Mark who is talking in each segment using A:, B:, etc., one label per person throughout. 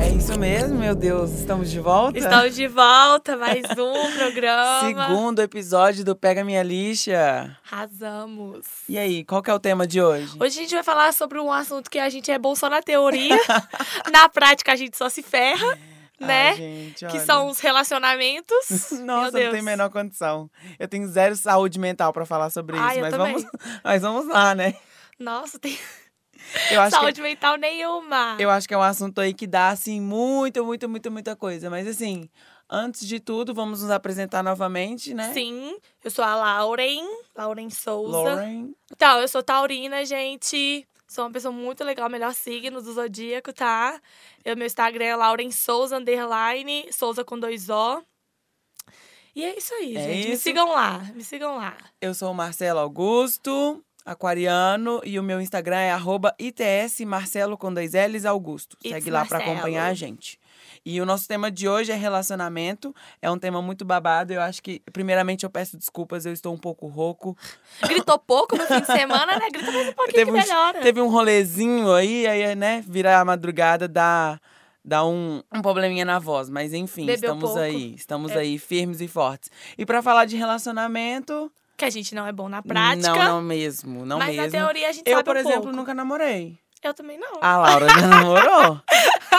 A: É Estamos de volta?
B: Estamos de volta, mais um programa.
A: Segundo episódio do Pega Minha Lixa.
B: Arrasamos.
A: E aí, qual que é o tema de hoje?
B: Hoje a gente vai falar sobre um assunto que a gente é bom só na teoria, na prática a gente só se ferra,
A: Ai,
B: né?
A: gente,
B: que
A: olha.
B: são os relacionamentos. Meu
A: Nossa,
B: Deus.
A: não tem a menor condição. Eu tenho zero saúde mental pra falar sobre
B: Ai,
A: isso,
B: eu
A: mas
B: também.
A: vamos, mas vamos lá, né?
B: Nossa, tem
A: Eu acho
B: saúde mental nenhuma.
A: que eu acho que é um assunto aí que dá assim muito, muito, muito, muita coisa, mas assim, antes de tudo, vamos nos apresentar novamente, né?
B: Sim, eu sou a Lauren, Lauren Souza.
A: Lauren.
B: Então, eu sou taurina, gente. Sou uma pessoa muito legal, melhor signo do zodíaco, tá? Eu, meu Instagram é Lauren Souza, underline, Souza com dois O. E é isso aí,
A: É
B: gente. Me
A: isso.
B: sigam lá, me sigam lá.
A: Eu sou o Marcelo Augusto, aquariano, e o meu Instagram é arroba ITS Marcelo com dois L's Augusto.
B: It's
A: Segue lá pra
B: Marcelo.
A: acompanhar a gente. E o nosso tema de hoje é relacionamento. É um tema muito babado. Eu acho que, primeiramente, eu peço desculpas, eu estou um pouco rouco.
B: Gritou pouco no fim de semana, né? Grita mais um pouquinho
A: Teve
B: que
A: um-
B: melhora.
A: Teve um rolezinho aí, aí, né, virar a madrugada dá, dá um, um probleminha na voz. Mas enfim,
B: Bebeu
A: estamos
B: pouco. É.
A: aí. Estamos aí, firmes e fortes. E pra falar de relacionamento.
B: Que a gente não é bom na prática.
A: Não, não mesmo. Não
B: mas
A: mesmo.
B: na teoria a gente
A: Eu,
B: sabe
A: por
B: um
A: exemplo, Ah,
B: pouco.
A: nunca namorei.
B: Eu também não.
A: A Laura já namorou?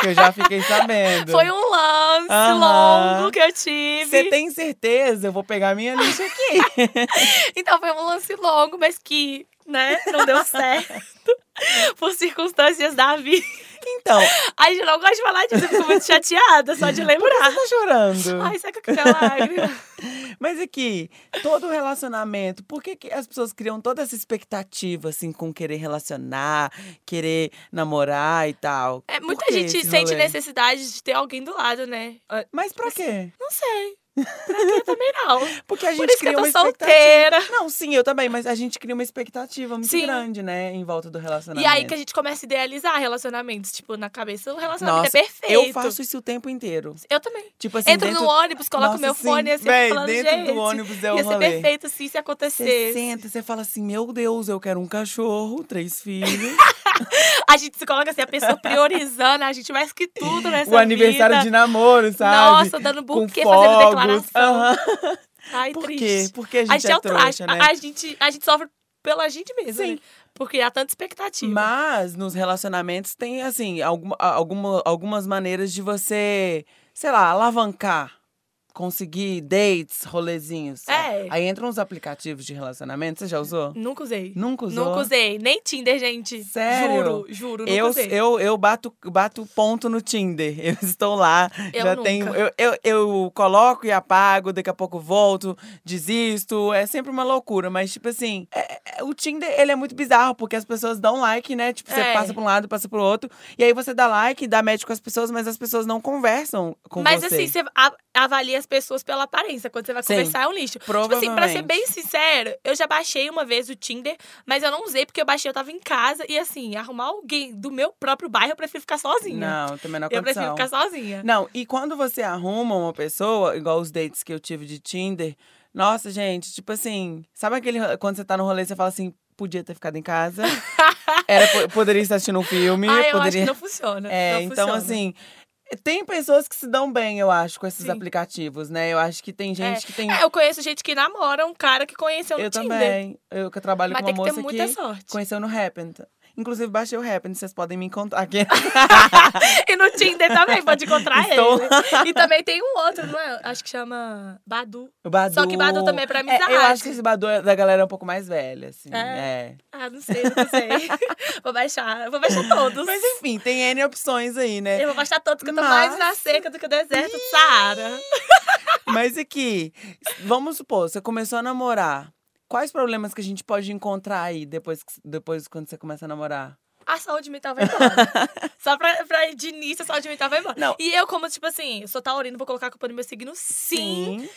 A: que eu já fiquei sabendo.
B: Foi um lance
A: Aham.
B: longo que eu tive.
A: Você tem certeza? Eu vou pegar minha lixa aqui.
B: Então foi um lance longo, mas que, né, não deu certo. Por circunstâncias da vida.
A: então, você
B: Ai, gente, eu não gosto de falar disso, eu fico muito chateada só de lembrar.
A: tá chorando.
B: Ai, saca que aquela lágrima.
A: Mas aqui, todo relacionamento, por que, que as pessoas criam toda essa expectativa, assim, com querer relacionar, querer namorar e tal?
B: É,
A: Por
B: muita
A: que
B: gente
A: esse
B: sente
A: rolê?
B: necessidade de ter alguém do lado, né? Ah,
A: Mas pra quê?
B: Não sei. Pra que eu também não?
A: Porque a gente
B: Por isso que
A: cria
B: eu tô
A: uma expectativa.
B: solteira.
A: Não, sim, eu também, mas a gente cria uma expectativa muito
B: Sim.
A: grande, né, em volta do
B: E
A: relacionamento.
B: aí que a gente começa a idealizar relacionamentos. Tipo, na cabeça, o relacionamento
A: Nossa,
B: é perfeito.
A: Eu faço isso o tempo inteiro.
B: Eu também.
A: Tipo assim,
B: Entro
A: dentro...
B: no ônibus, coloco
A: Nossa,
B: meu
A: sim,
B: fone assim,
A: véi,
B: falando,
A: dentro
B: gente,
A: do ônibus é o
B: ia ser
A: rolê.
B: perfeito assim se
A: Você
B: acontecesse.
A: senta, você fala assim, meu Deus, eu quero um cachorro, três filhos.
B: A gente se coloca assim, a pessoa priorizando a gente mais que tudo nessa
A: o aniversário
B: vida.
A: de namoro, sabe?
B: Nossa, dando
A: Com
B: buquê, fazendo
A: fogos.
B: declaração.
A: Aham.
B: Ai,
A: Por quê?
B: triste.
A: Porque a gente,
B: A gente é o traste.
A: trouxa, né?
B: A, a gente, a gente sofre pela gente mesmo,
A: Sim.
B: né? Porque há tanta expectativa.
A: Mas nos relacionamentos tem, assim, alguma, alguma- algumas maneiras de você, sei lá, alavancar. Conseguir dates, rolezinhos.
B: É.
A: Aí entram os aplicativos de relacionamento. Você já usou?
B: Nunca usei.
A: Nunca usou?
B: Nunca usei. Nem Tinder, gente.
A: Sério?
B: Juro, juro, nunca
A: Eu,
B: usei.
A: eu, eu bato, bato ponto no Tinder. Eu estou lá.
B: Eu
A: já
B: nunca.
A: tenho. Eu, eu, eu coloco e apago, daqui a pouco volto, desisto. É sempre uma loucura. Mas, tipo assim, é- é- o Tinder ele é muito bizarro, porque as pessoas dão like, né? Tipo, você
B: É.
A: passa pra um lado, passa pro outro. E aí você dá like, dá match com as pessoas, mas as pessoas não conversam com
B: Mas
A: você.
B: assim, você a- avalia as pessoas pela aparência. Quando você vai
A: Sim.
B: conversar, é um lixo. Tipo
A: Provavelmente.
B: assim, pra ser bem sincero, eu já baixei uma vez o Tinder, mas eu não usei porque eu baixei, eu tava em casa. E assim, arrumar alguém do meu próprio bairro, eu prefiro ficar sozinha.
A: Não, também não
B: eu prefiro
A: aconteceu.
B: ficar sozinha.
A: Não, e quando você arruma uma pessoa, igual os dates que eu tive de Tinder, nossa, gente, tipo assim, sabe aquele ro- quando você tá no rolê, você fala assim, podia ter ficado em casa. Era, po- poderia estar assistindo um filme,
B: Ah, eu acho
A: poderia.
B: que não funciona.
A: é,
B: não
A: então
B: funciona.
A: assim, tem pessoas que se dão bem, eu acho, com esses
B: Sim.
A: aplicativos, né? Eu acho que tem gente que tem
B: É, eu conheço gente que namora um cara que conheceu no
A: eu
B: Tinder.
A: também. Eu que trabalho
B: Mas
A: com uma
B: tem que ter
A: moça
B: muita
A: que
B: sorte.
A: conheceu no Happn. então, Inclusive, baixei o Happn, vocês podem me encontrar aqui. né,
B: e no Tinder também pode encontrar
A: Estou-
B: ele. E também tem um outro, não é? Acho que chama Badu.
A: O Badu.
B: Só que Badu também é pra
A: É,
B: amizade.
A: eu acho que esse Badu é da galera um pouco mais velha, assim.
B: É.
A: é.
B: Ah, não sei, não sei. vou baixar, vou baixar todos.
A: Mas enfim, tem N opções aí, né?
B: Eu vou baixar todos, que eu tô mais
A: Mas-
B: na seca do que o deserto de Saara.
A: Mas aqui, vamos supor, você começou a namorar. Quais problemas que a gente pode encontrar aí depois, que- depois quando você começa a namorar?
B: A saúde mental vai embora. Só pra, pra ir de início, a saúde mental vai embora.
A: Não.
B: E eu, como, tipo assim, eu sou taurina, vou colocar a culpa no meu signo, sim.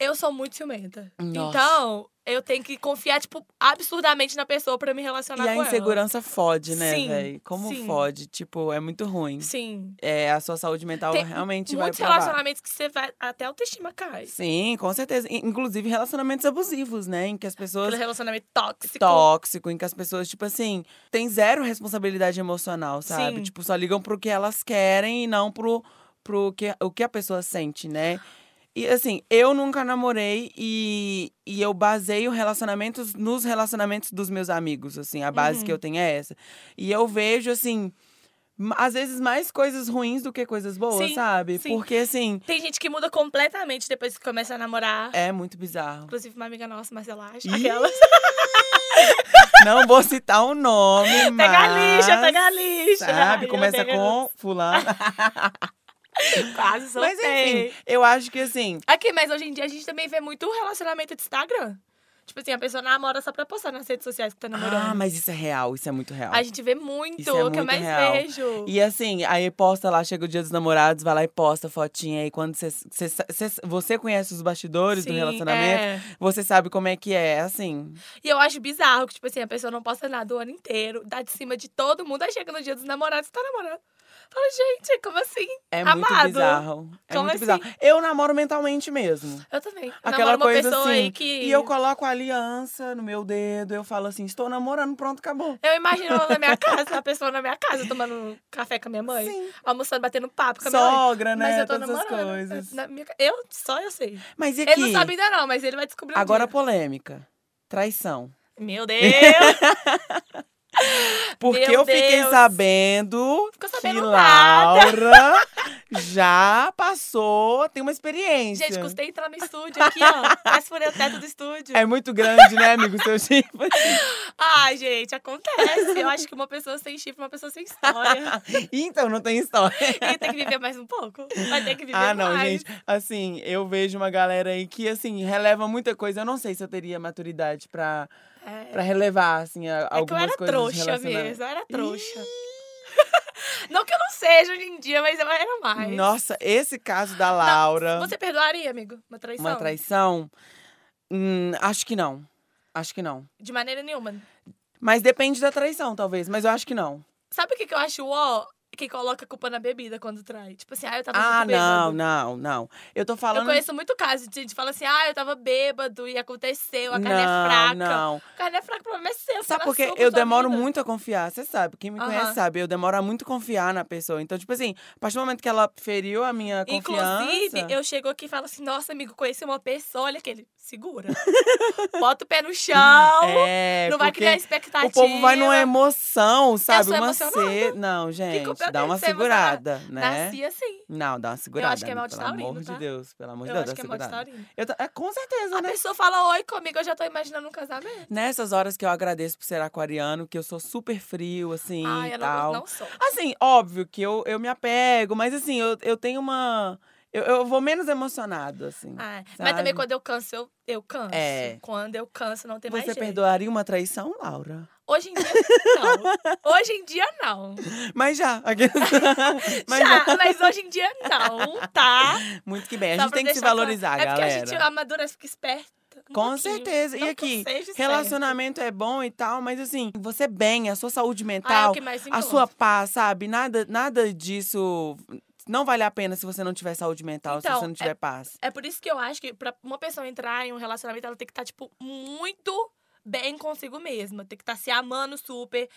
B: Eu sou muito ciumenta.
A: Nossa.
B: Então, eu tenho que confiar, tipo, absurdamente na pessoa pra me relacionar
A: E a
B: com
A: insegurança fode, né,
B: Sim,
A: velho? Como
B: sim.
A: fode? Tipo, é muito ruim.
B: ela. Sim.
A: É, a sua saúde mental
B: Tem
A: realmente vai
B: Muitos
A: pra baixo.
B: relacionamentos que você vai. Até a autoestima cai.
A: Sim, com certeza. In- Inclusive relacionamentos abusivos, né? Em que as pessoas
B: Aquele relacionamento tóxico.
A: tóxico, em que as pessoas, tipo assim, têm zero responsabilidade emocional, sabe?
B: Sim.
A: Tipo, só ligam pro que elas querem e não pro, pro que, o que a pessoa sente, né? E assim, eu nunca namorei e, e eu baseio relacionamentos nos relacionamentos dos meus amigos, assim, a base
B: Uhum.
A: que eu tenho é essa. E eu vejo, assim, m- às vezes mais coisas ruins do que coisas boas,
B: Sim,
A: sabe?
B: sim.
A: Porque, assim,
B: Tem gente que muda completamente depois que começa a namorar.
A: é muito bizarro.
B: Inclusive, uma amiga nossa, Marcela,
A: Ih,
B: aquela.
A: Não vou citar o nome, mas...
B: Pega a lixa, pega a lixa.
A: Sabe?
B: Eu
A: Começa
B: pego-
A: com fulano.
B: Quase
A: mas
B: soltei.
A: enfim, eu acho que, assim,
B: Aqui, mas hoje em dia a gente também vê muito relacionamento de Instagram. Tipo assim, a pessoa namora só pra postar nas redes sociais que tá namorando.
A: Ah, mas isso é real, isso é muito real.
B: A gente vê muito,
A: Isso é
B: o que eu
A: muito
B: mais
A: real.
B: vejo.
A: E assim, aí posta lá, chega o dia dos namorados, vai lá e posta fotinha. E quando cê, cê- cê- você conhece os bastidores do
B: Sim,
A: relacionamento,
B: é.
A: você sabe como é que é, assim.
B: E eu acho bizarro que, tipo assim, a pessoa não posta nada o ano inteiro, dá de cima de todo mundo, aí chega no dia dos namorados e tá namorando. Fala, gente, como assim?
A: É muito
B: Amado.
A: bizarro. É
B: Como
A: muito
B: assim?
A: bizarro. Eu namoro mentalmente mesmo.
B: Eu também. Eu
A: Aquela
B: namoro uma
A: coisa
B: pessoa
A: assim.
B: aí que.
A: E eu coloco a aliança no meu dedo, eu falo assim, estou namorando, pronto, acabou.
B: Eu imagino ela na minha casa, a pessoa na minha casa tomando um café com a minha mãe,
A: Sim.
B: almoçando, batendo papo com a minha mãe.
A: Sogra, né?
B: Mas eu tô
A: Todas as
B: namorando.
A: coisas.
B: Na minha ca- Eu só eu sei.
A: Mas e aqui?
B: Ele não sabe ainda, não, mas ele vai descobrir um
A: Agora a
B: dia.
A: polêmica. Traição.
B: Meu Deus!
A: Porque
B: Meu
A: eu fiquei
B: Deus.
A: sabendo,
B: Ficou sabendo
A: que
B: nada.
A: Laura já passou, tem uma experiência.
B: Gente, custei entrar no estúdio aqui, ó. Quase furei o teto do estúdio.
A: É muito grande, né, amigo? Seu chifre.
B: Ai, gente, acontece. Eu acho que uma pessoa sem chifre é uma pessoa sem história.
A: Então, não tem história.
B: E tem que viver mais um pouco. Vai ter que viver
A: Ah, não,
B: mais.
A: gente. Assim, eu vejo uma galera aí que, assim, releva muita coisa. Eu não sei se eu teria maturidade pra,
B: É.
A: pra relevar, assim, a-
B: É que eu
A: algumas
B: era
A: coisas. de
B: trouxa
A: relacionamento.
B: mesmo, eu era trouxa. não que eu não seja hoje em dia, mas eu era mais.
A: Nossa, esse caso da
B: Não,
A: Laura.
B: Você perdoaria, amigo? Uma traição?
A: Uma traição? Hum, acho que não. Acho que não.
B: De maneira nenhuma.
A: Mas depende da traição, talvez. Mas eu acho que não.
B: Sabe o que, que eu acho ó? Quem coloca a culpa na bebida quando trai. Tipo assim, ah, eu tava
A: Ah,
B: muito bêbado.
A: não, não, não. Eu tô
B: Eu
A: falando.
B: conheço muito caso de gente que fala assim, ah, eu tava bêbado e aconteceu, a carne
A: não,
B: é fraca.
A: Não.
B: A carne é fraca, o problema é seu.
A: Sabe
B: fala
A: porque
B: sua,
A: eu
B: sua
A: demoro
B: vida.
A: muito a confiar, você sabe. Quem me
B: Aham.
A: conhece sabe, eu demoro a muito confiar na pessoa. Então, tipo assim, a partir do momento que ela feriu a minha confiança.
B: Inclusive, eu chego aqui e falo assim, nossa, amigo, conheci uma pessoa, olha aquele, segura. Bota o pé no chão,
A: É,
B: não vai
A: porque
B: criar expectativa.
A: o povo vai numa emoção, sabe?
B: sou
A: uma
B: emocionada.
A: sede. Não, gente,
B: culpa eu
A: dá
B: tenho
A: uma
B: de ser emocionada?
A: segurada, né?
B: Nasci assim.
A: Não, dá uma segurada.
B: que é
A: amiga,
B: mal de taurino,
A: Pelo amor
B: tá?
A: de Deus, pelo amor de
B: Eu
A: Deus,
B: acho
A: dá
B: que é
A: uma
B: mal de
A: segurada.
B: taurino.
A: Eu tô- é, com certeza,
B: A
A: né?
B: pessoa fala oi comigo, eu já tô imaginando um casamento.
A: Nessas horas que eu agradeço por ser aquariano, que eu sou super frio, assim,
B: Ai,
A: e
B: eu
A: tal.
B: não, não sou.
A: Assim, óbvio que eu, eu me apego, mas assim, eu, eu tenho uma. Eu, eu vou menos emocionado, assim.
B: Ai,
A: Sabe?
B: É, mas também quando eu canso, eu, eu canso.
A: É.
B: Quando eu canso, não tem mais
A: Você
B: jeito.
A: perdoaria uma traição, Laura?
B: Hoje em dia, não. Hoje em dia, não.
A: Mas já. aqui- mas
B: já,
A: já.
B: mas hoje em dia, não, tá?
A: Muito que bem. É, A
B: Só
A: gente
B: pra
A: tem que se
B: deixar claro.
A: valorizar,
B: é
A: galera.
B: É porque a gente amadurece, fica esperta. um
A: Com
B: pouquinho.
A: certeza. E
B: Não que eu
A: aqui,
B: seja esperta.
A: Relacionamento é bom e tal, mas assim, você bem, a sua
B: Ah,
A: saúde
B: é o
A: mental,
B: que mais
A: a
B: importa.
A: sua paz, sabe? Nada, nada disso não vale a pena se você não tiver saúde mental, se
B: Então,
A: você não tiver paz.
B: É por isso que eu acho que pra uma pessoa entrar em um relacionamento, ela tem que estar, tipo, muito bem consigo mesma. Tem que estar se amando super.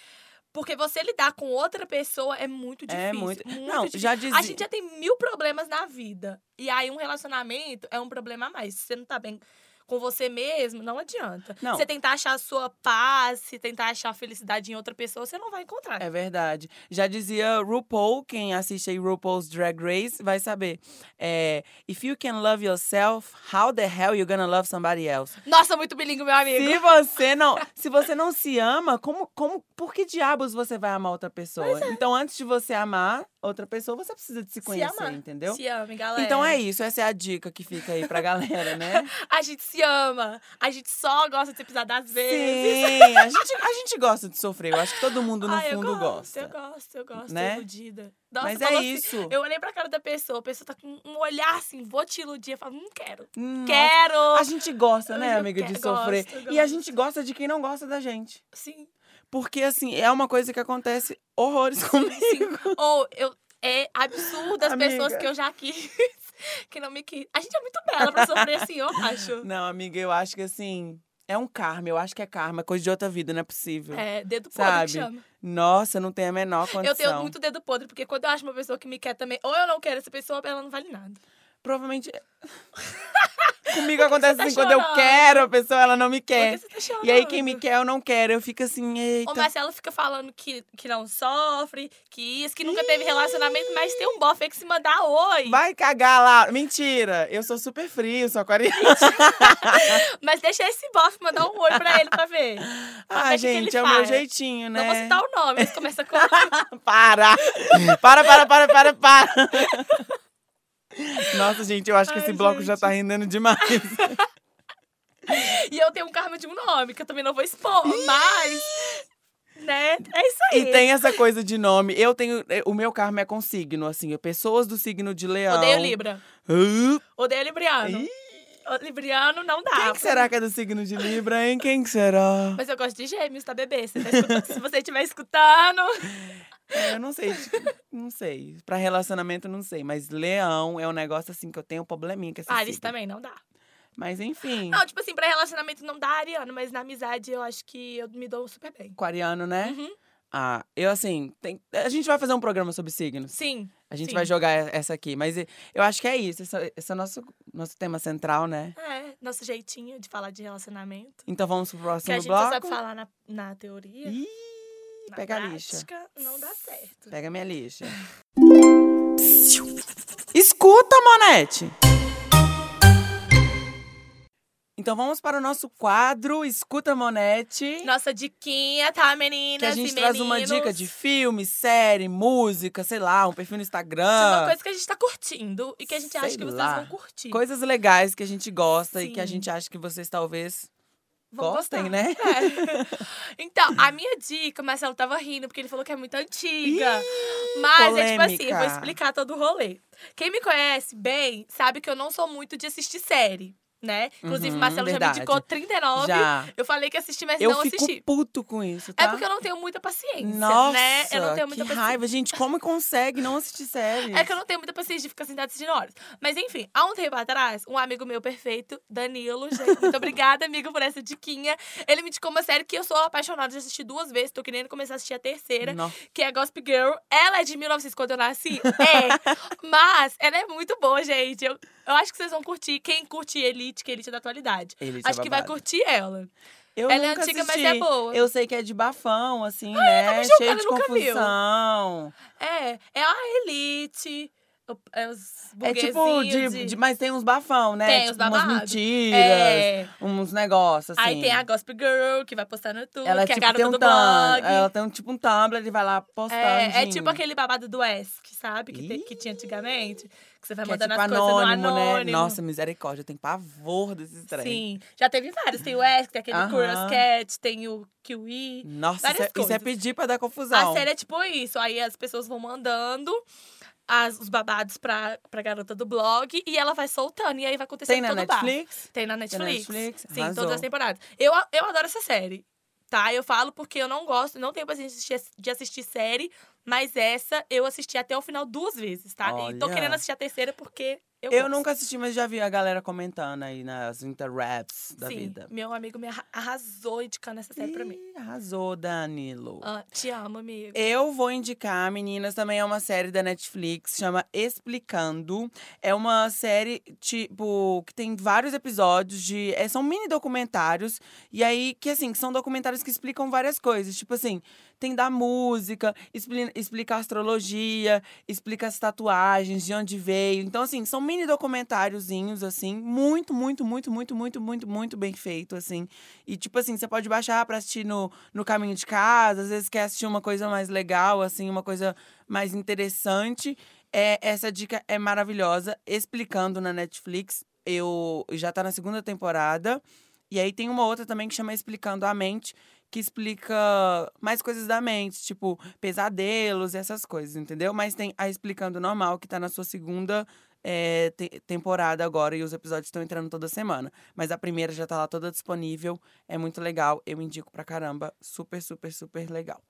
B: Porque você lidar com outra pessoa é muito difícil.
A: É muito.
B: muito
A: não,
B: difícil.
A: já dizia.
B: tipo A gente já tem mil problemas na vida. E aí, um relacionamento é um problema a mais. Se você não tá bem com você mesmo, não adianta.
A: Não.
B: Você tentar achar a sua paz, se tentar achar a felicidade em outra pessoa, você não vai encontrar.
A: É verdade. Já dizia RuPaul, quem assiste aí RuPaul's Drag Race vai saber. É, If you can love yourself, how the hell you gonna love somebody else?
B: Nossa, muito bilingue, meu amigo.
A: Se você não, se você não se ama, como, como, por que diabos você vai amar outra pessoa?
B: é.
A: Então, antes de você amar outra pessoa, você precisa de se conhecer,
B: amar.
A: entendeu?
B: Se amem, galera.
A: Então é isso, essa é a dica que fica aí pra galera, né?
B: A gente se ama. A gente só gosta de ser pisado às vezes.
A: Sim, a gente, a gente gosta de sofrer, eu acho que todo mundo no
B: Ah, eu
A: fundo
B: gosto,
A: gosta.
B: Eu gosto, eu gosto.
A: Né?
B: Né? Iludida. Nossa,
A: Mas
B: falou
A: é
B: assim,
A: isso.
B: eu olhei pra cara da pessoa, a pessoa tá com um olhar assim, vou te iludir. Eu falo, não quero.
A: Hum, nossa.
B: Quero!
A: A gente gosta, né,
B: Eu
A: amiga, de
B: quero-
A: sofrer.
B: gosto,
A: E a
B: gosto.
A: gente gosta de quem não gosta da gente.
B: Sim,
A: Porque, assim, é uma coisa que acontece horrores comigo.
B: sim. Ou eu. É absurdo as pessoas
A: Amiga.
B: que eu já quis, que não me quis. A gente é muito bela pra sofrer assim, eu acho.
A: Não, amiga, eu acho que, assim, é um karma. Eu acho que é karma, é coisa de outra vida, não é possível.
B: É, dedo podre que
A: Sabe?
B: chama.
A: Nossa, não tem a menor condição.
B: Eu tenho muito dedo podre, porque quando eu acho uma pessoa que me quer também, ou eu não quero essa pessoa, ela não vale nada.
A: Provavelmente. Comigo acontece
B: tá
A: assim, quando eu
B: chorando?
A: quero a pessoa, ela não me
B: Por
A: quer.
B: que você tá chorando?
A: É. E aí, quem me quer, eu não quero. Eu fico assim, eita.
B: O Marcelo fica falando que, que não sofre, que isso, que nunca teve relacionamento, mas tem um bofe aí que se mandar oi.
A: Vai cagar lá. Mentira, eu sou super frio, sou aquariano.
B: Mas deixa esse bofe mandar um oi pra ele pra ver.
A: Ah,
B: ver o que que ele
A: gente, é o meu
B: faz.
A: jeitinho, né?
B: Não tá vou citar o nome, mas começa com.
A: Para! Para, para, para, para, para! Nossa, gente, eu acho que
B: Ai,
A: esse bloco já
B: gente.
A: tá rendendo demais.
B: e eu tenho um karma de um nome, que eu também não vou expor, mas. Né? É isso aí.
A: E tem essa coisa de nome. Eu tenho. O meu karma é com signo, assim. eu- Pessoas do signo de leão.
B: Odeio Libra.
A: Ah,
B: Odeio Libriano.
A: Ih.
B: O Libriano não dá.
A: Quem que será que é do signo de Libra, hein? Quem que será?
B: Mas eu gosto de gêmeos, tá, bebê? Você tá escutando- Se você estiver escutando.
A: É, Eu não sei. Não sei. Pra relacionamento, não sei. Mas leão é um negócio, assim, que eu tenho um probleminha com esse
B: Ah, isso
A: signo.
B: também não dá.
A: Mas, enfim.
B: Não, tipo assim, pra relacionamento não dá, Ariano, mas na amizade eu acho que eu me dou super bem.
A: Aquariano, né?
B: Uhum.
A: Ah, eu, assim... tem- A gente vai fazer um programa sobre signos.
B: Sim.
A: A gente
B: Sim.
A: vai jogar e- essa aqui. Mas e- eu acho que é isso. Esse, esse é o nosso, nosso tema central, né?
B: É, nosso jeitinho de falar de relacionamento.
A: Então vamos pro
B: Que a
A: próximo
B: gente só
A: bloco.
B: sabe falar na, na teoria.
A: Ih,
B: na
A: pega a lixa.
B: prática, não dá certo.
A: Pega minha lixa. Psiu. Escuta, Monete! Então vamos para o nosso quadro Escuta, Monete.
B: Nossa diquinha, tá, meninas?
A: que a gente
B: e
A: traz uma
B: meninos?
A: dica de filme, série, música, sei lá, um perfil no
B: De
A: Instagram.
B: uma coisa que a gente tá curtindo e que a gente acha
A: Ah. Sei
B: que vocês
A: lá.
B: vão curtir.
A: Coisas legais que a gente gosta e que a
B: assim. Sim.
A: gente acha que vocês talvez
B: Vão
A: gostem,
B: gostar.
A: né?
B: É. Então, a minha dica, o Marcelo tava rindo, porque ele falou que é muito antiga. Mas é tipo assim, eu vou
A: polêmica.
B: explicar todo o rolê. Quem me conhece bem sabe que eu não sou muito de assistir série, né? Inclusive,
A: Uhum,
B: o Marcelo
A: verdade.
B: já me indicou 39.
A: Já.
B: Eu falei que assisti, mas
A: Eu
B: não
A: fico
B: assisti.
A: puto com isso, tá?
B: É porque eu não tenho muita paciência,
A: Nossa,
B: né? Eu não tenho muita
A: que
B: paciência.
A: raiva, gente. Como consegue não assistir série?
B: É que eu não tenho muita paciência de ficar sentada assistindo horas. Mas enfim, há um tempo atrás, um amigo meu perfeito, Danilo, gente, muito obrigada, amigo, por essa diquinha. Ele me indicou uma série que eu sou apaixonada de assistir duas vezes, tô querendo começar a assistir a terceira,
A: Nó.
B: que é Gossip Girl. Ela é de 1900 quando eu nasci? É. Mas ela é muito boa, gente. Eu, eu acho que vocês vão curtir. Quem curte Elite, que Elite é da atualidade.
A: Ele já
B: Acho que vai
A: babado.
B: curtir ela.
A: Eu
B: Ela é
A: nunca
B: antiga, mas
A: assisti.
B: é boa.
A: Eu sei que é de bafão, assim, né?
B: chocada,
A: Cheio de
B: nunca vi.
A: confusão.
B: É, é a Elite. o- É, os
A: É tipo de,
B: burguesinhos
A: de- Mas tem uns bafão, né?
B: Tem
A: tipo,
B: uns
A: umas
B: babados.
A: mentiras,
B: É.
A: uns negócios, assim.
B: Aí tem a Gossip Girl, que vai postar no YouTube,
A: Ela
B: que é
A: tipo,
B: a garota
A: tem um
B: do
A: tum-
B: blog.
A: Ela tem um, tipo um Tumblr, ele vai lá postando.
B: é, é tipo aquele babado do ESC, sabe? Que, te-
A: Ih.
B: que tinha antigamente. Que você vai
A: que é
B: mandando
A: tipo
B: as coisas no
A: anônimo,
B: anônimo.
A: né? Nossa, misericórdia, eu tenho pavor desses trem.
B: Sim. Já teve vários. Tem o ESC, tem aquele
A: Aham.
B: Curious Cat, tem o Kiwi.
A: Nossa,
B: Várias
A: isso é, isso é
B: coisas.
A: pedir pra dar confusão.
B: A série é tipo isso. Aí as pessoas vão mandando as- os babados pra, pra garota do blog e ela vai soltando. E aí vai acontecendo
A: Tem na
B: é todo o barco.
A: Netflix?
B: Tem na Netflix.
A: Netflix?
B: Sim,
A: Arrasou.
B: todas as temporadas. Eu, a- eu adoro essa série. Tá? Eu falo porque eu não gosto, não tenho paciência de assistir- de assistir série, mas essa eu assisti até o final duas vezes, tá? E tô
A: Olha.
B: querendo assistir a terceira porque eu
A: Eu
B: gosto.
A: nunca assisti, mas já vi a galera comentando aí nas interraps da
B: Sim,
A: vida.
B: meu amigo me arra- arrasou indicando essa série pra mim.
A: Ih, arrasou, Danilo.
B: Ah, te amo, amigo.
A: Eu vou indicar, meninas, também é uma série da Netflix, chama Explicando. É uma série, tipo, que tem vários episódios de. é, são mini documentários. E aí, que assim, são documentários que explicam várias coisas. Tipo assim, tem da música, expli- explica a astrologia, explica as tatuagens, de onde veio. Então, assim, são mini documentáriozinhos, assim, muito, muito, muito, muito, muito, muito, muito bem feito, assim. E, tipo assim, você pode baixar pra assistir no, no caminho de casa, às vezes quer assistir uma coisa mais legal, assim, uma coisa mais interessante. É, essa dica é maravilhosa, explicando na Netflix. Eu já tá na segunda temporada. E aí tem uma outra também que chama Explicando a Mente, que explica mais coisas da mente, tipo pesadelos e essas coisas, entendeu? Mas tem a Explicando Normal, que tá na sua segunda eh, te- temporada agora e os episódios estão entrando toda semana. Mas a primeira já tá lá toda disponível, é muito legal, eu indico pra caramba, super, super, super legal.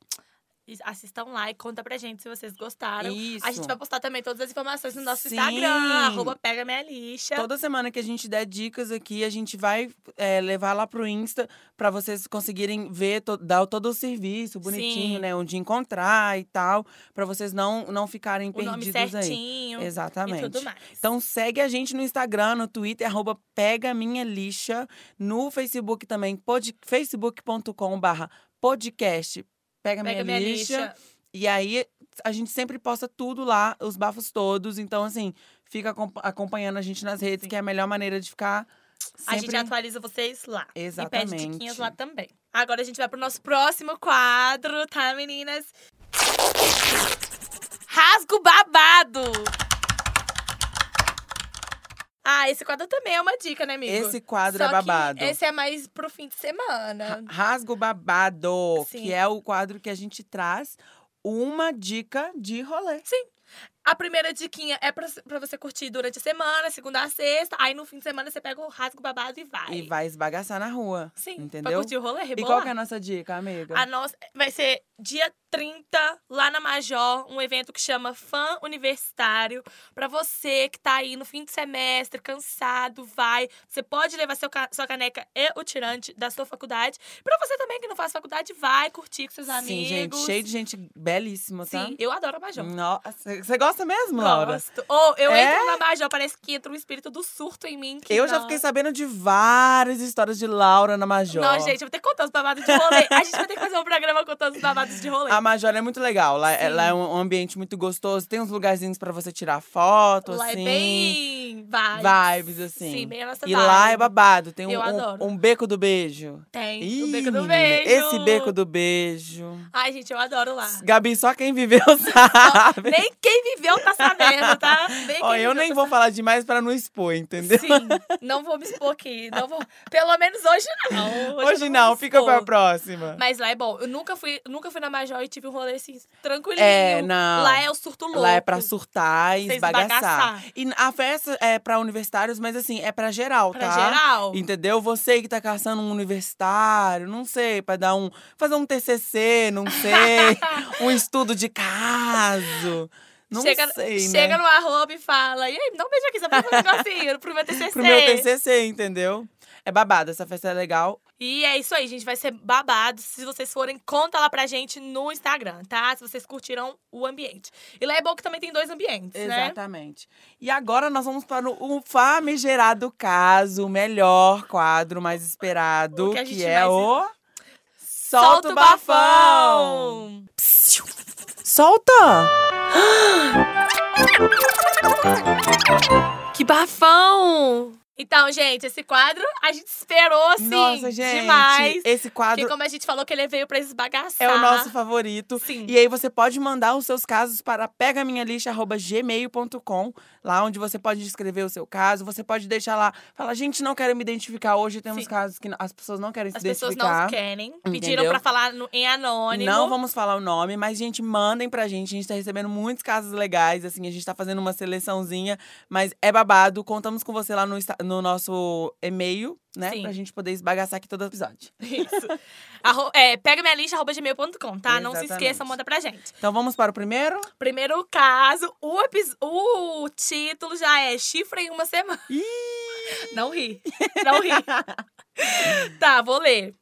B: E Assistam lá e conta pra gente se vocês gostaram.
A: Isso.
B: A gente vai postar também todas as informações no nosso
A: Sim.
B: Instagram, arroba pega minha lixa.
A: Toda semana que a gente der dicas aqui, a gente vai é, levar lá pro Insta pra vocês conseguirem ver, to- dar todo o serviço bonitinho,
B: Sim.
A: né? Onde encontrar e tal, pra vocês não, não ficarem
B: o nome
A: perdidos aí.
B: certinho e
A: Exatamente.
B: tudo mais.
A: Então segue a gente no Instagram, no Twitter, arroba Pega Minha Lixa, no Facebook também, pod, facebook.com barra podcast Pega,
B: pega minha lixa.
A: E aí a gente sempre posta tudo lá, os bafos todos. Então, assim, fica acom- acompanhando a gente nas redes,
B: Sim.
A: que é a melhor maneira de ficar sempre...
B: A gente atualiza vocês lá. E pede
A: Exatamente.
B: diquinhas lá também. Agora a gente vai pro nosso próximo quadro, tá, meninas? Rasgo babado! Ah, esse quadro também é uma dica, né, amigo?
A: Esse quadro
B: Só
A: é babado.
B: Que esse é mais pro fim de semana.
A: Rasgo babado,
B: Sim.
A: que é o quadro que a gente traz uma dica de rolê.
B: A primeira diquinha é pra, pra você curtir durante a semana, segunda a sexta. Aí no fim de semana você pega o rasgo babado e vai.
A: E vai esbagaçar na rua.
B: Sim, pra
A: entendeu?
B: curtir o rolê,
A: E
B: rebolar.
A: qual que é a nossa dica, amiga?
B: A nossa vai ser dia 30 lá na Major, um evento que chama Fã Universitário. Pra você que tá aí no fim de semestre, cansado, vai. Você pode levar seu ca- sua caneca e o tirante da sua faculdade. Pra você também que não faz faculdade, vai curtir com seus
A: Sim,
B: amigos.
A: gente, cheio de gente belíssima, tá?
B: Sim, eu adoro a Major.
A: Nossa, você gosta mesmo, Laura?
B: Gosto. Ou eu
A: É?
B: entro na Major, parece que entra um espírito do surto em mim. que
A: Eu já
B: não-
A: fiquei sabendo de várias histórias de Laura na Major.
B: Não, gente, eu vou ter que contar os babados de rolê. A gente vai ter que fazer um programa contando os babados de rolê.
A: A Major é muito legal. Lá, é-
B: Sim.
A: lá é um ambiente muito gostoso. Tem uns lugarzinhos pra você tirar foto,
B: Lá
A: assim.
B: é bem vibes.
A: Vibes, assim.
B: Sim, bem a nossa
A: E lá
B: vibe.
A: é babado. Tem um,
B: Eu
A: um-
B: adoro.
A: um beco do beijo.
B: Tem
A: Ih,
B: o beco do
A: menina,
B: beijo.
A: Esse beco do beijo.
B: Ai, gente, eu adoro lá.
A: Gabi, só quem viveu sabe.
B: Nem quem viveu tá sabendo, tá? Nem
A: Ah, Ó,
B: quem
A: eu
B: viveu
A: nem
B: tá
A: vou falar demais pra não expor, entendeu?
B: sabendo. Sim, não vou me expor aqui. Não vou... Pelo menos hoje não.
A: Hoje,
B: eu
A: não,
B: vou me
A: fica
B: expor.
A: pra próxima.
B: Mas lá é bom. Eu nunca fui, nunca fui na Major e tive um rolê assim, tranquilinho.
A: É, não.
B: Lá é o surto louco.
A: Lá é pra surtar e
B: Você
A: esbagaçar.
B: esbagaçar.
A: E a festa é pra universitários, mas assim, é pra geral,
B: Pra
A: tá?
B: geral.
A: Entendeu? Você que tá caçando um universitário, não sei, pra dar um. fazer um TCC, não sei. um estudo de caso. Não
B: chega,
A: sei.
B: chega
A: né?
B: no arroba e fala, e aí, me dá um beijo aqui, só pra fazer um negocinho, pro meu TCC.
A: Pro meu TCC, entendeu? É babado, essa festa é legal.
B: E é isso aí, gente. Vai ser babado. Se vocês forem, conta lá pra gente no Instagram, tá? Se vocês curtiram o ambiente. E lá é bom que também tem dois ambientes, né?
A: Exatamente. E agora nós vamos para o famigerado caso, o melhor quadro mais esperado,
B: O que a
A: que,
B: gente
A: é
B: mais-
A: o.
B: Solta o bafão!
A: Solta!
B: Que bafão! Então, gente, esse quadro a gente esperou, assim,
A: Nossa, gente.
B: demais.
A: Esse
B: Porque
A: quadro
B: como a gente falou que ele veio pra esbagaçar.
A: é o nosso favorito.
B: Sim.
A: E aí você pode mandar os seus casos para pegaminhalixa.gmail.com, lá onde você pode escrever o seu caso, você pode deixar lá, falar, gente, não quero me identificar hoje, temos
B: Sim.
A: casos que não- as pessoas não querem
B: As
A: se
B: pessoas
A: identificar.
B: não querem. Pediram
A: Entendeu?
B: pra falar no- em anônimo.
A: Não vamos falar o nome, mas, gente, mandem pra gente. A gente tá recebendo muitos casos legais, assim, a gente tá fazendo uma seleçãozinha, mas é babado. Contamos com você lá no, insta- no nosso e-mail, né?
B: Sim.
A: Pra gente poder esbagaçar aqui todo episódio.
B: Isso. Arro... É, pega minha lista, arroba gmail.com, tá? Não se
A: Exatamente.
B: esqueçam, manda pra gente.
A: Então vamos para o primeiro?
B: Primeiro caso, o, epis- o título já é Chifre em uma semana.
A: Ih!
B: Não ri, não ri. tá, vou ler.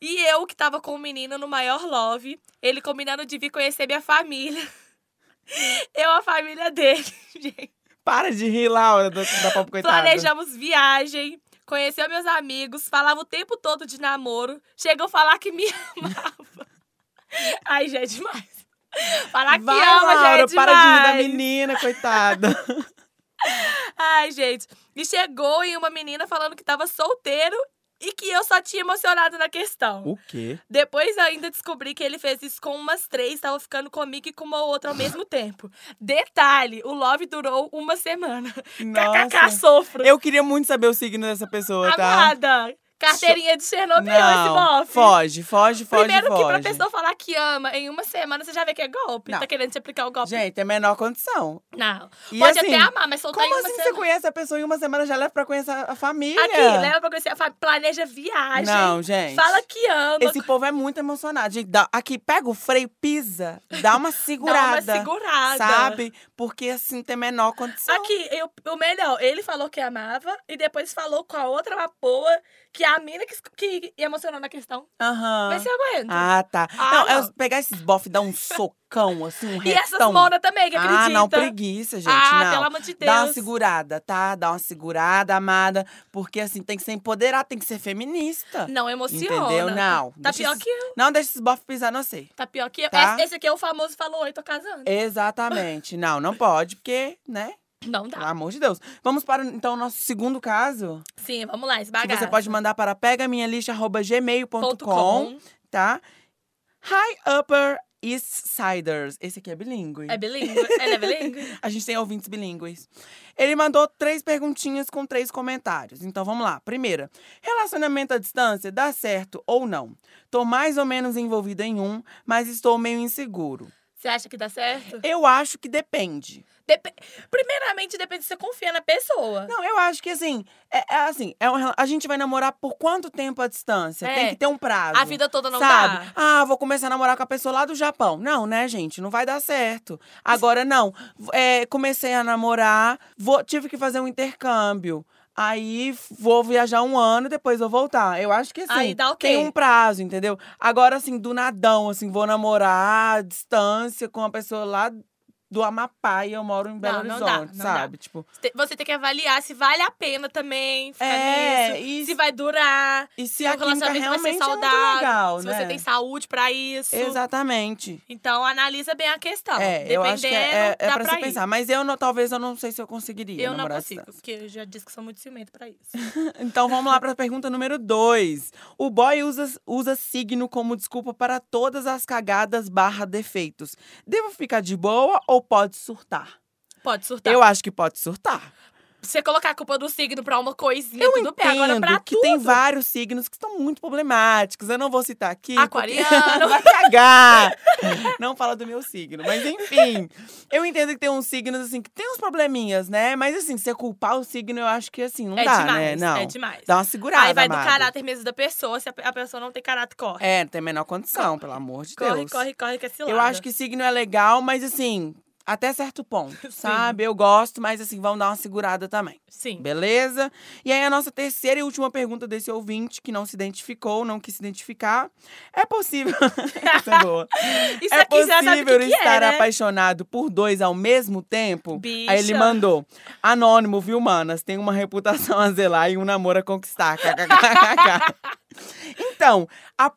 B: E eu que tava com o menino no maior love, ele combinando de vir conhecer minha família. Eu, a família dele, gente.
A: Para de rir, Laura, do- da Pop Coitada.
B: Planejamos viagem, conheceu meus amigos, falava o tempo todo de namoro, chegou a falar que me amava. Ai, já é demais. Falar que
A: Vai,
B: ama já é
A: Laura,
B: demais.
A: para de rir da menina, coitada.
B: Ai, gente. E chegou em uma menina falando que tava solteiro e que eu só tinha emocionado na questão.
A: o quê?
B: Depois ainda descobri que ele fez isso com umas três, tava ficando comigo e com uma outra ao mesmo tempo. Detalhe, o love durou uma semana. KKK,
A: Nossa.
B: sofro.
A: Eu queria muito saber o signo dessa pessoa, tá?
B: Amada. Carteirinha de Chernobyl,
A: Não,
B: esse bofe.
A: foge, foge, foge,
B: Primeiro
A: foge.
B: que pra pessoa falar que ama em uma semana, você já vê que é golpe.
A: Não.
B: Tá querendo te aplicar o golpe.
A: Gente, é menor condição.
B: Não.
A: E
B: Pode
A: assim,
B: até amar, mas soltar
A: Como
B: em uma
A: assim você
B: semana.
A: conhece a pessoa em uma semana já leva pra conhecer a família?
B: Aqui, leva pra conhecer a família, planeja viagem.
A: Não, gente.
B: Fala que ama.
A: Esse povo é muito emocionado. Gente, dá- aqui, pega o freio, pisa, dá uma segurada.
B: Dá uma segurada.
A: Sabe? Porque assim tem menor condição.
B: Aqui, eu, o melhor, ele falou que amava e depois falou com a outra uma boa que é a mina que, que emocionou na questão.
A: Aham.
B: Vê se aguenta.
A: Ah, tá.
B: Ah,
A: não, é
B: não.
A: os- pegar esses bofe e dar um socão, assim, um
B: e
A: retão.
B: essas mona também, que acredita.
A: Ah, não, preguiça, gente.
B: ah,
A: não.
B: pelo amor de Deus.
A: Dá uma segurada, tá? Dá uma segurada, amada. Porque, assim, tem que se empoderar, tem que ser feminista.
B: Não emociona.
A: Entendeu? Não.
B: Tá
A: Deixa
B: pior
A: esse-
B: que eu.
A: Não deixa esses bofes pisar, não sei.
B: Tá pior que eu.
A: Tá?
B: Esse- Esse aqui é o famoso falou, oi, tô casando.
A: Exatamente. Não, não pode, porque, né?
B: Não dá.
A: Pelo amor de Deus. Vamos para, então, o nosso segundo caso.
B: Sim, vamos lá,
A: Que
B: esbagaço.
A: Tipo, você pode mandar para
B: Ponto
A: pegaminhalista.gmail.com,
B: com.
A: tá? High Upper East Siders. Esse aqui é bilíngue.
B: É bilíngue? Ele é bilíngue?
A: A gente tem ouvintes bilíngues. Ele mandou três perguntinhas com três comentários. Então vamos lá. Primeira: relacionamento à distância dá certo ou não? Tô mais ou menos envolvida em um, mas estou meio inseguro.
B: Você acha que dá certo?
A: Eu acho que depende.
B: Depe- Primeiramente, depende se você confia na pessoa.
A: Não, eu acho que assim, é, é assim, é um rela- a gente vai namorar por quanto tempo à distância?
B: É.
A: Tem que ter um prazo.
B: A vida toda não
A: sabe?
B: dá.
A: Ah, vou começar a namorar com a pessoa lá do Japão. Não, né, gente? Não vai dar certo. Agora, não. É, comecei a namorar, vou- tive que fazer um intercâmbio. Aí f- vou viajar um ano, depois vou voltar. Eu acho que assim,
B: Aí dá ok.
A: tem um prazo, entendeu? Agora, assim, do nadão, assim, vou namorar à distância com uma pessoa lá do Amapá e eu moro em Belo
B: não dá,
A: Horizonte,
B: não dá.
A: sabe? Tipo,
B: Te- Você tem que avaliar se vale a pena também ficar
A: é,
B: nisso.
A: e,
B: Se vai durar.
A: e se
B: o
A: a química
B: relacionamento vai ser
A: realmente é
B: saudável,
A: muito legal,
B: se
A: né?
B: você tem saúde pra isso.
A: Exatamente.
B: Então, analisa bem a questão.
A: É,
B: Dependendo,
A: eu acho que é, é, é
B: dá
A: pra se
B: ir.
A: pensar. Mas eu não- talvez eu não sei se eu conseguiria
B: Eu não
A: namorar à
B: consigo, porque eu já disse que sou muito ciumenta pra isso.
A: distância. Então vamos lá pra pergunta número dois. O boy usa, usa signo como desculpa para todas as cagadas barra defeitos. Devo ficar de boa ou pode surtar?
B: Pode surtar.
A: Eu acho que pode surtar.
B: Se você colocar a culpa do signo pra uma coisinha,
A: eu
B: tudo bem. Agora pra
A: entendo que
B: tudo.
A: tem vários signos que estão muito problemáticos. Eu não vou citar aqui. porque-
B: Aquariano.
A: Vai cagar! não fala do meu signo. Mas enfim, eu entendo que tem uns signos, assim, que tem uns probleminhas, né? Mas assim, se eu culpar o signo, eu acho que assim, não
B: é
A: dá,
B: demais,
A: né? Não.
B: é demais.
A: Dá uma segurada,
B: Aí vai
A: amado.
B: do caráter mesmo da pessoa. Se a, a pessoa não tem caráter, corre.
A: É, não tem a menor condição, pelo amor de
B: corre,
A: Deus.
B: corre, corre, que é cilada.
A: Eu acho que signo é legal, mas assim, até certo ponto, sabe? Eu gosto, mas assim, vão dar uma segurada também.
B: Sim.
A: Beleza? E aí, a nossa terceira e última pergunta desse ouvinte que não se identificou, não quis se identificar. É possível. Essa é boa.
B: Isso
A: é
B: aqui já sabe o
A: possível
B: que, que
A: estar
B: é, né?
A: apaixonado por dois ao mesmo tempo?
B: Bicha.
A: Aí ele mandou: Anônimo, viu, manas? Tem uma reputação a zelar e um namoro a conquistar. KKKKK. então,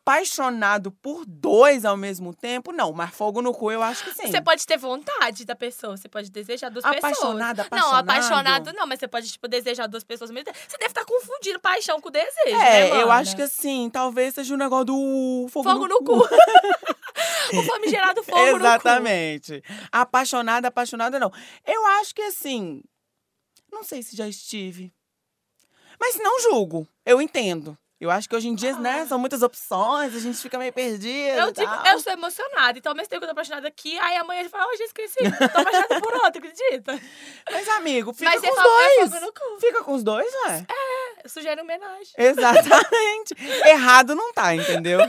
A: apaixonado por dois ao mesmo tempo? Não, mas fogo no cu eu acho que sim.
B: Você pode ter vontade da pessoa, você pode desejar duas pessoas.
A: Apaixonado, apaixonado.
B: Não, apaixonado não, mas você pode, tipo, desejar duas pessoas ao mesmo tempo. Você deve estar confundindo paixão com desejo, né,
A: É,
B: mana?
A: eu acho que assim, talvez seja um negócio do fogo,
B: Fogo no cu. o famigerado fogo no cu.
A: Exatamente. Apaixonada, apaixonada não. Eu acho que assim, não sei se já estive. Mas não julgo, eu entendo. Eu acho que hoje em dia, né,
B: Ah.
A: são muitas opções, a gente fica meio perdido.
B: Eu,
A: e
B: tipo,
A: tal.
B: eu sou emocionada, então ao mesmo tempo que eu tô apaixonada aqui, aí amanhã ele fala, ó, já esqueci, tô apaixonada por outro, acredita?
A: Mas, amigo, fica
B: mas
A: com os
B: fala, é
A: dois.
B: fogo no cu. É.
A: Fica com os dois, ué.
B: Eu sugiro homenagem.
A: Exatamente. Errado não tá, entendeu?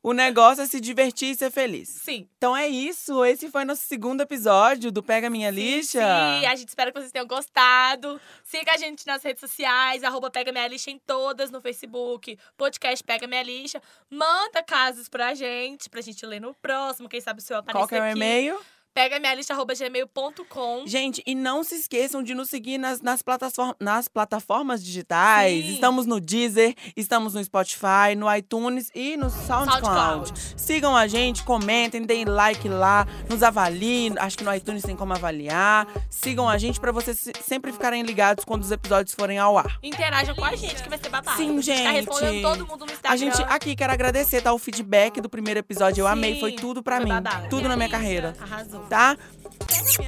A: O negócio é se divertir e ser feliz.
B: Sim.
A: Então é isso. Esse foi nosso segundo episódio do Pega Minha Lixa.
B: Sim, a gente espera que vocês tenham gostado. Siga a gente nas redes sociais, arroba Pega Minha Lixa em todas, no Facebook, podcast Pega Minha Lixa. Manda casos pra gente, pra gente ler no próximo, quem sabe o seu aparece
A: Qual que é o
B: aqui.
A: e-mail?
B: Pega Minha Lixa, arroba gmail.com.
A: Gente, e não se esqueçam de nos seguir nas, nas, plataform- nas plataformas digitais.
B: Sim.
A: Estamos no Deezer, estamos no Spotify, no iTunes e no SoundCloud.
B: SoundCloud.
A: Sigam a gente, comentem, deem like lá, nos avaliem. Acho que no iTunes tem como avaliar. Sigam a gente para vocês se- sempre ficarem ligados quando os episódios forem ao ar.
B: Interajam com a gente, que vai ser babado.
A: Sim,
B: a gente. Tá
A: gente.
B: respondendo todo mundo no Instagram.
A: A gente aqui quero agradecer, tá? O feedback do primeiro episódio. Eu amei,
B: Sim,
A: foi tudo pra
B: foi
A: mim.
B: babado.
A: Tudo na minha carreira.
B: Arrasou.
A: Tá?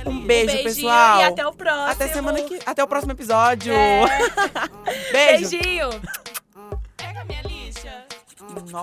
A: Um beijo,
B: Beijinho
A: pessoal.
B: e até o próximo.
A: Até semana que. Até o próximo episódio.
B: É.
A: Beijo.
B: Beijinho. Pega minha Xuxa.
A: Nó.